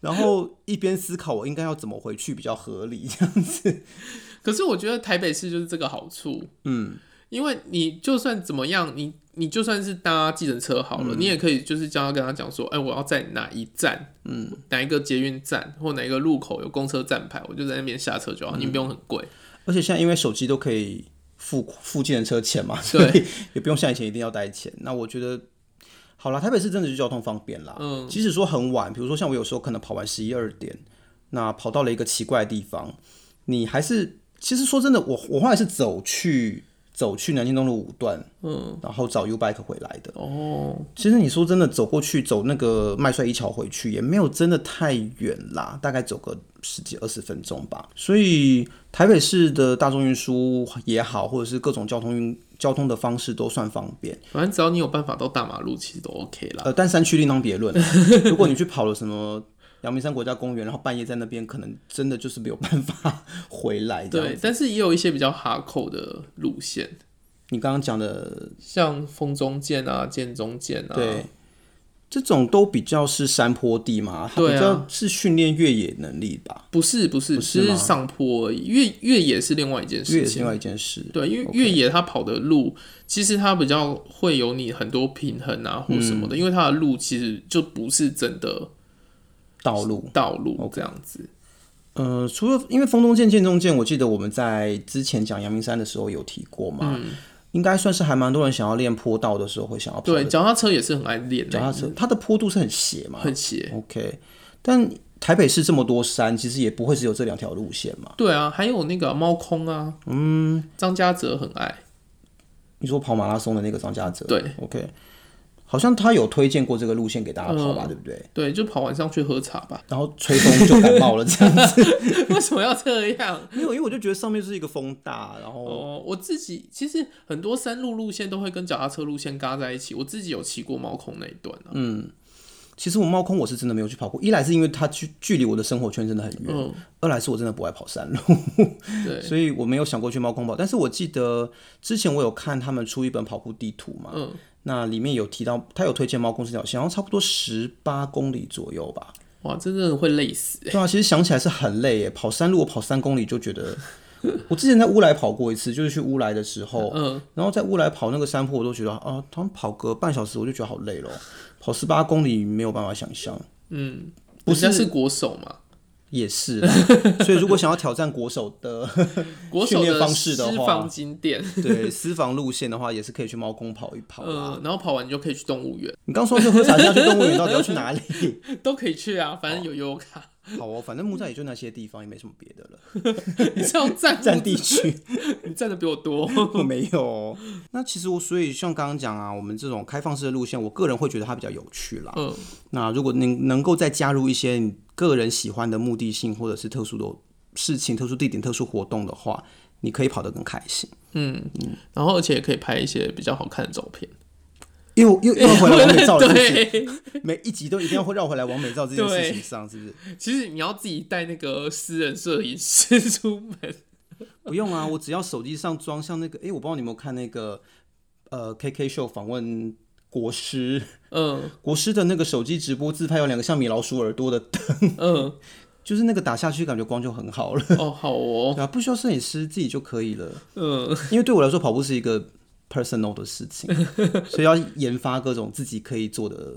Speaker 2: 然后一边思考我应该要怎么回去比较合理，这样子。
Speaker 1: 可是我觉得台北市就是这个好处，
Speaker 2: 嗯，
Speaker 1: 因为你就算怎么样，你你就算是搭计程车好
Speaker 2: 嗯
Speaker 1: 了，你也可以就是叫他跟他讲说，哎、我要在哪一站，嗯，哪一个捷运站或哪一个路口有公车站牌，我就在那边下车就
Speaker 2: 嗯
Speaker 1: 好，你不用很贵。
Speaker 2: 而且现在因为手机都可以付付计程车钱嘛，所
Speaker 1: 对
Speaker 2: 以也不用像以前一定要带钱。那我觉得，好啦，台北市真的是交通方便啦。
Speaker 1: 嗯，
Speaker 2: 即使说很晚，比如说像我有时候可能跑完十一二点，那跑到了一个奇怪的地方，你还是其实说真的，我我后来是走去走去南京东路五段，
Speaker 1: 嗯，
Speaker 2: 然后找 U Bike 回来的。
Speaker 1: 哦，
Speaker 2: 其实你说真的，走过去走那个麦帅一桥回去也没有真的太远啦，大概走个十几二十分钟吧。所以台北市的大众运输也好，或者是各种交通运交通的方式都算方便。
Speaker 1: 反正只要你有办法到大马路，其实都 OK 啦。
Speaker 2: 呃，但山区另当别论啊。如果你去跑了什么阳明山国家公园，然后半夜在那边，可能真的就是没有办法回来哎这样
Speaker 1: 对，但是也有一些比较哈扣的路线，
Speaker 2: 你刚刚讲的
Speaker 1: 像风中剑啊、剑中剑啊，
Speaker 2: 嗯对，这种都比较是山坡地嘛，它
Speaker 1: 对啊
Speaker 2: 比较是训练越野能力吧，
Speaker 1: 不是不是，
Speaker 2: 不是
Speaker 1: 只
Speaker 2: 吗
Speaker 1: 是上坡而已。越越野是另外一件
Speaker 2: 越
Speaker 1: 事
Speaker 2: 野是
Speaker 1: 情
Speaker 2: 另，外一件事。
Speaker 1: 对，因为越野它跑的路，其实它比较会有你很多平衡啊或什么
Speaker 2: 嗯
Speaker 1: 的，因为它的路其实就不是真的
Speaker 2: 道路。
Speaker 1: 道
Speaker 2: 嗯
Speaker 1: 路这样子。
Speaker 2: 呃，除了因为风中剑、剑中剑，我记得我们在之前讲阳明山的时候有提过嘛，应该算是还蛮多人想要练坡道的时候会想要哦跑
Speaker 1: 对，
Speaker 2: 的
Speaker 1: 脚踏车也是很爱练
Speaker 2: 脚踏
Speaker 1: 的，
Speaker 2: 车，它的坡度是很斜嘛
Speaker 1: 很斜。
Speaker 2: ，OK。但台北市这么多山，其实也不会只有这两条路线嘛。
Speaker 1: 对啊，还有那个猫空啊，嗯，张家泽很爱。
Speaker 2: 你说跑马拉松的那个张家泽，
Speaker 1: 对
Speaker 2: ，OK，好像他有推荐过这个路线给大家跑吧，对不对？
Speaker 1: 对，就跑晚上去喝茶吧。 [laughs]
Speaker 2: 然后吹风就感冒了这样子，
Speaker 1: 为什么要这样？
Speaker 2: [laughs] 没有，因为我就觉得上面是一个风大，然后
Speaker 1: 哦，我自己其实很多山路路线都会跟脚踏车路线嘎在一起。我自己有骑过猫空那一段
Speaker 2: 嗯
Speaker 1: 啊，
Speaker 2: 其实我猫空我是真的没有去跑过，一来是因为它距距离我的生活圈真的很远，
Speaker 1: 嗯
Speaker 2: 二来是我真的不爱跑山路，
Speaker 1: 对，
Speaker 2: [laughs] 所以我没有想过去猫空跑。但是我记得之前我有看他们出一本跑步地图嘛，
Speaker 1: 嗯
Speaker 2: 那里面有提到他有推荐猫空这条线，然后差不多十八公里左右吧。
Speaker 1: 哇，真的会累死。
Speaker 2: 对啊，其实想起来是很累耶，跑山路我跑三公里就觉得。 [laughs] 我之前在乌来跑过一次，就是去乌来的时候，
Speaker 1: 嗯，
Speaker 2: 然后在乌来跑那个山坡，我都觉得啊，他们跑个半小时我就觉得好累了，跑十八公里没有办法想象。不
Speaker 1: 人
Speaker 2: 是
Speaker 1: 家是国手嘛？
Speaker 2: 也是啦，所以如果想要挑战国手的
Speaker 1: 国
Speaker 2: 训
Speaker 1: 手
Speaker 2: 练
Speaker 1: 的
Speaker 2: 方式的
Speaker 1: 私
Speaker 2: 话
Speaker 1: 房，景点，
Speaker 2: 对私房路线的话，也是可以去猫空跑一跑啦。
Speaker 1: 嗯，然后跑完就可以去动物园，
Speaker 2: 你刚说去喝茶，下去动物园到底要去哪里？
Speaker 1: [laughs] 都可以去啊，反正有优卡。
Speaker 2: 好哦，反正木栅也就那些地方，也没什么别的了。 [laughs]
Speaker 1: 你这样 [laughs] 站
Speaker 2: 占地区
Speaker 1: 你站的比我多，
Speaker 2: 我没有哦。那其实我所以像刚刚讲啊，我们这种开放式的路线，我个人会觉得它比较有趣啦。
Speaker 1: 嗯，
Speaker 2: 那如果能能够再加入一些你个人喜欢的目的性，或者是特殊的事情、特殊地点、特殊活动的话，你可以跑得更开心。
Speaker 1: 然后而且也可以拍一些比较好看的照片。
Speaker 2: 又
Speaker 1: [laughs]
Speaker 2: 又又回来完美照了，是不是？
Speaker 1: 对，
Speaker 2: [laughs] 每一集都一定要会绕回来往美照这件事情上，是 [laughs] 不是？
Speaker 1: 其实你要自己带那个私人摄影师出门，
Speaker 2: 不用啊，我只要手机上装像那个，诶，我不知道你有没有看那个呃 KK 秀访问国师， [laughs]
Speaker 1: 嗯
Speaker 2: 国师的那个手机直播自拍有两个像米老鼠耳朵的， [laughs]
Speaker 1: 嗯，
Speaker 2: 就是那个打下去感觉光就很好 [laughs] 了，
Speaker 1: 哦好哦，
Speaker 2: 对啊，不需要摄影师自己就可以了，
Speaker 1: 嗯，
Speaker 2: [laughs] 因为对我来说跑步是一个 personal 的事 [laughs] 情，所以要研发各种自己可以做的。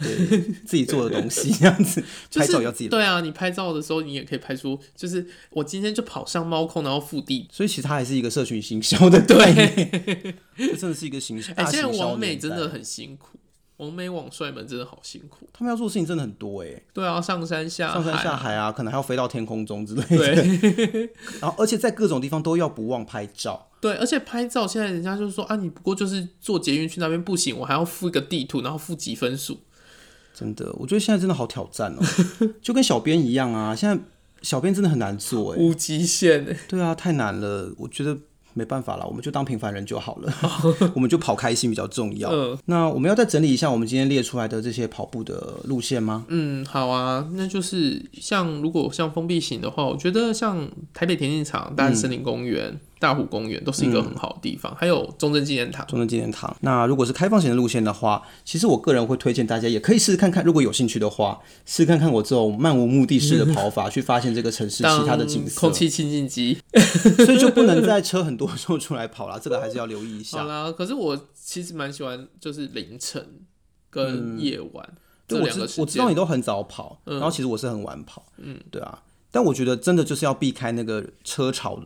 Speaker 2: [laughs] 对自己做的东西，这样子
Speaker 1: 就
Speaker 2: 拍
Speaker 1: 是
Speaker 2: 照要自己来。
Speaker 1: 对啊，你拍照的时候你也可以拍出，就是我今天就跑上猫空，然后腹地。
Speaker 2: 所以其实它还是一个社群行销的概念， [laughs] 这真的是一个行销。
Speaker 1: 哎、
Speaker 2: 大
Speaker 1: 现在
Speaker 2: 行销
Speaker 1: 网美
Speaker 2: 年代
Speaker 1: 真的，很辛苦，网美网帅们真的好辛苦。
Speaker 2: 他们要做的事情真的很多哎、
Speaker 1: 对啊，上山下
Speaker 2: 上山
Speaker 1: 海
Speaker 2: 下海啊，可能还要飞到天空中之类的，
Speaker 1: 对
Speaker 2: [laughs] 然后而且在各种地方都要不忘拍照，
Speaker 1: 对，而且拍照现在人家就是说啊，你不过就是坐捷运去那边不行，我还要附一个地图，然后附几分数。
Speaker 2: 真的，我觉得现在真的好挑战 [laughs] 哦、就跟小编一样啊，现在小编真的很难做哎、
Speaker 1: 无极限欸
Speaker 2: 对啊，太难了，我觉得没办法啦，我们就当平凡人就好了， [laughs] 我们就跑开心比较重要。
Speaker 1: 嗯
Speaker 2: 那我们要再整理一下我们今天列出来的这些跑步的路线吗？
Speaker 1: 嗯，好啊，那就是像如果像封闭型的话，我觉得像台北田径场、大安森林公园、
Speaker 2: 嗯
Speaker 1: 大湖公园都是一个很好的地方，还有中正纪念堂。
Speaker 2: 中正纪念堂。那如果是开放型的路线的话，其实我个人会推荐大家也可以试试看看，如果有兴趣的话，试试看看我这种漫无目的式的跑法，
Speaker 1: 嗯
Speaker 2: 去发现这个城市其他的景色。
Speaker 1: 空气清净机。
Speaker 2: [laughs] 所以就不能在车很多的时候出来跑啦，这个还是啊要留意一
Speaker 1: 好
Speaker 2: 下。
Speaker 1: 啦，可是我其实蛮喜欢，就是凌晨跟夜晚、
Speaker 2: 嗯对，
Speaker 1: 这
Speaker 2: 我
Speaker 1: 两个
Speaker 2: 知
Speaker 1: 时
Speaker 2: 我知
Speaker 1: 间。嗯
Speaker 2: 道你都很早跑，然后其实我是很晚跑，嗯，对啊。但我觉得真的就是要避开那个车潮。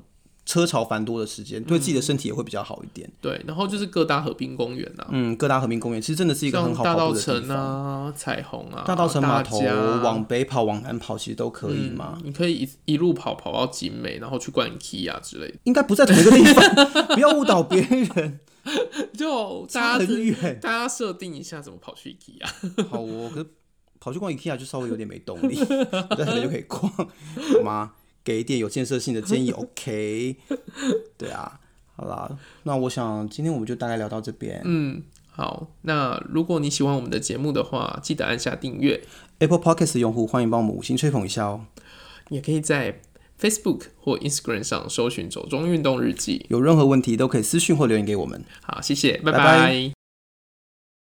Speaker 2: 车潮繁多的时
Speaker 1: 嗯
Speaker 2: 间，对自己的身体也会比较好一点。
Speaker 1: 对，然后就是各大河滨公园啊，
Speaker 2: 嗯，各大和平公园其实真的是一个很
Speaker 1: 像
Speaker 2: 好
Speaker 1: 大
Speaker 2: 跑
Speaker 1: 道
Speaker 2: 步的地
Speaker 1: 城
Speaker 2: 方。
Speaker 1: 啊、彩虹啊、
Speaker 2: 大道城码头
Speaker 1: 家啊
Speaker 2: 往北跑，往南跑，其实都可以嘛。
Speaker 1: 嗯你可以一一路跑跑到景美，然后去灌 K 啊之类
Speaker 2: 应该不在同一个地方，不要误导别人，
Speaker 1: 的， [laughs] 就
Speaker 2: 差
Speaker 1: 大家
Speaker 2: 很远。
Speaker 1: 大家设定一下怎么跑去 K 啊。
Speaker 2: 好哦，可是跑去逛 IKEA 就稍微有点没动力，我在台北就可以逛，好吗？给一点有建设性的建议，OK？对啊，好啦，那我想今天我们就大概聊到这边。
Speaker 1: 嗯，好，那如果你喜欢我们的节目的话，记得按下订阅，
Speaker 2: Apple Podcast 的用户欢迎帮我们五星吹捧一下哦。
Speaker 1: 也可以在 Facebook 或 Instagram 上搜寻“走中运动日记
Speaker 2: 有任何问题都可以私讯或留言给我们。”。
Speaker 1: 好，谢谢，
Speaker 2: 拜
Speaker 1: 拜
Speaker 2: 拜
Speaker 1: 拜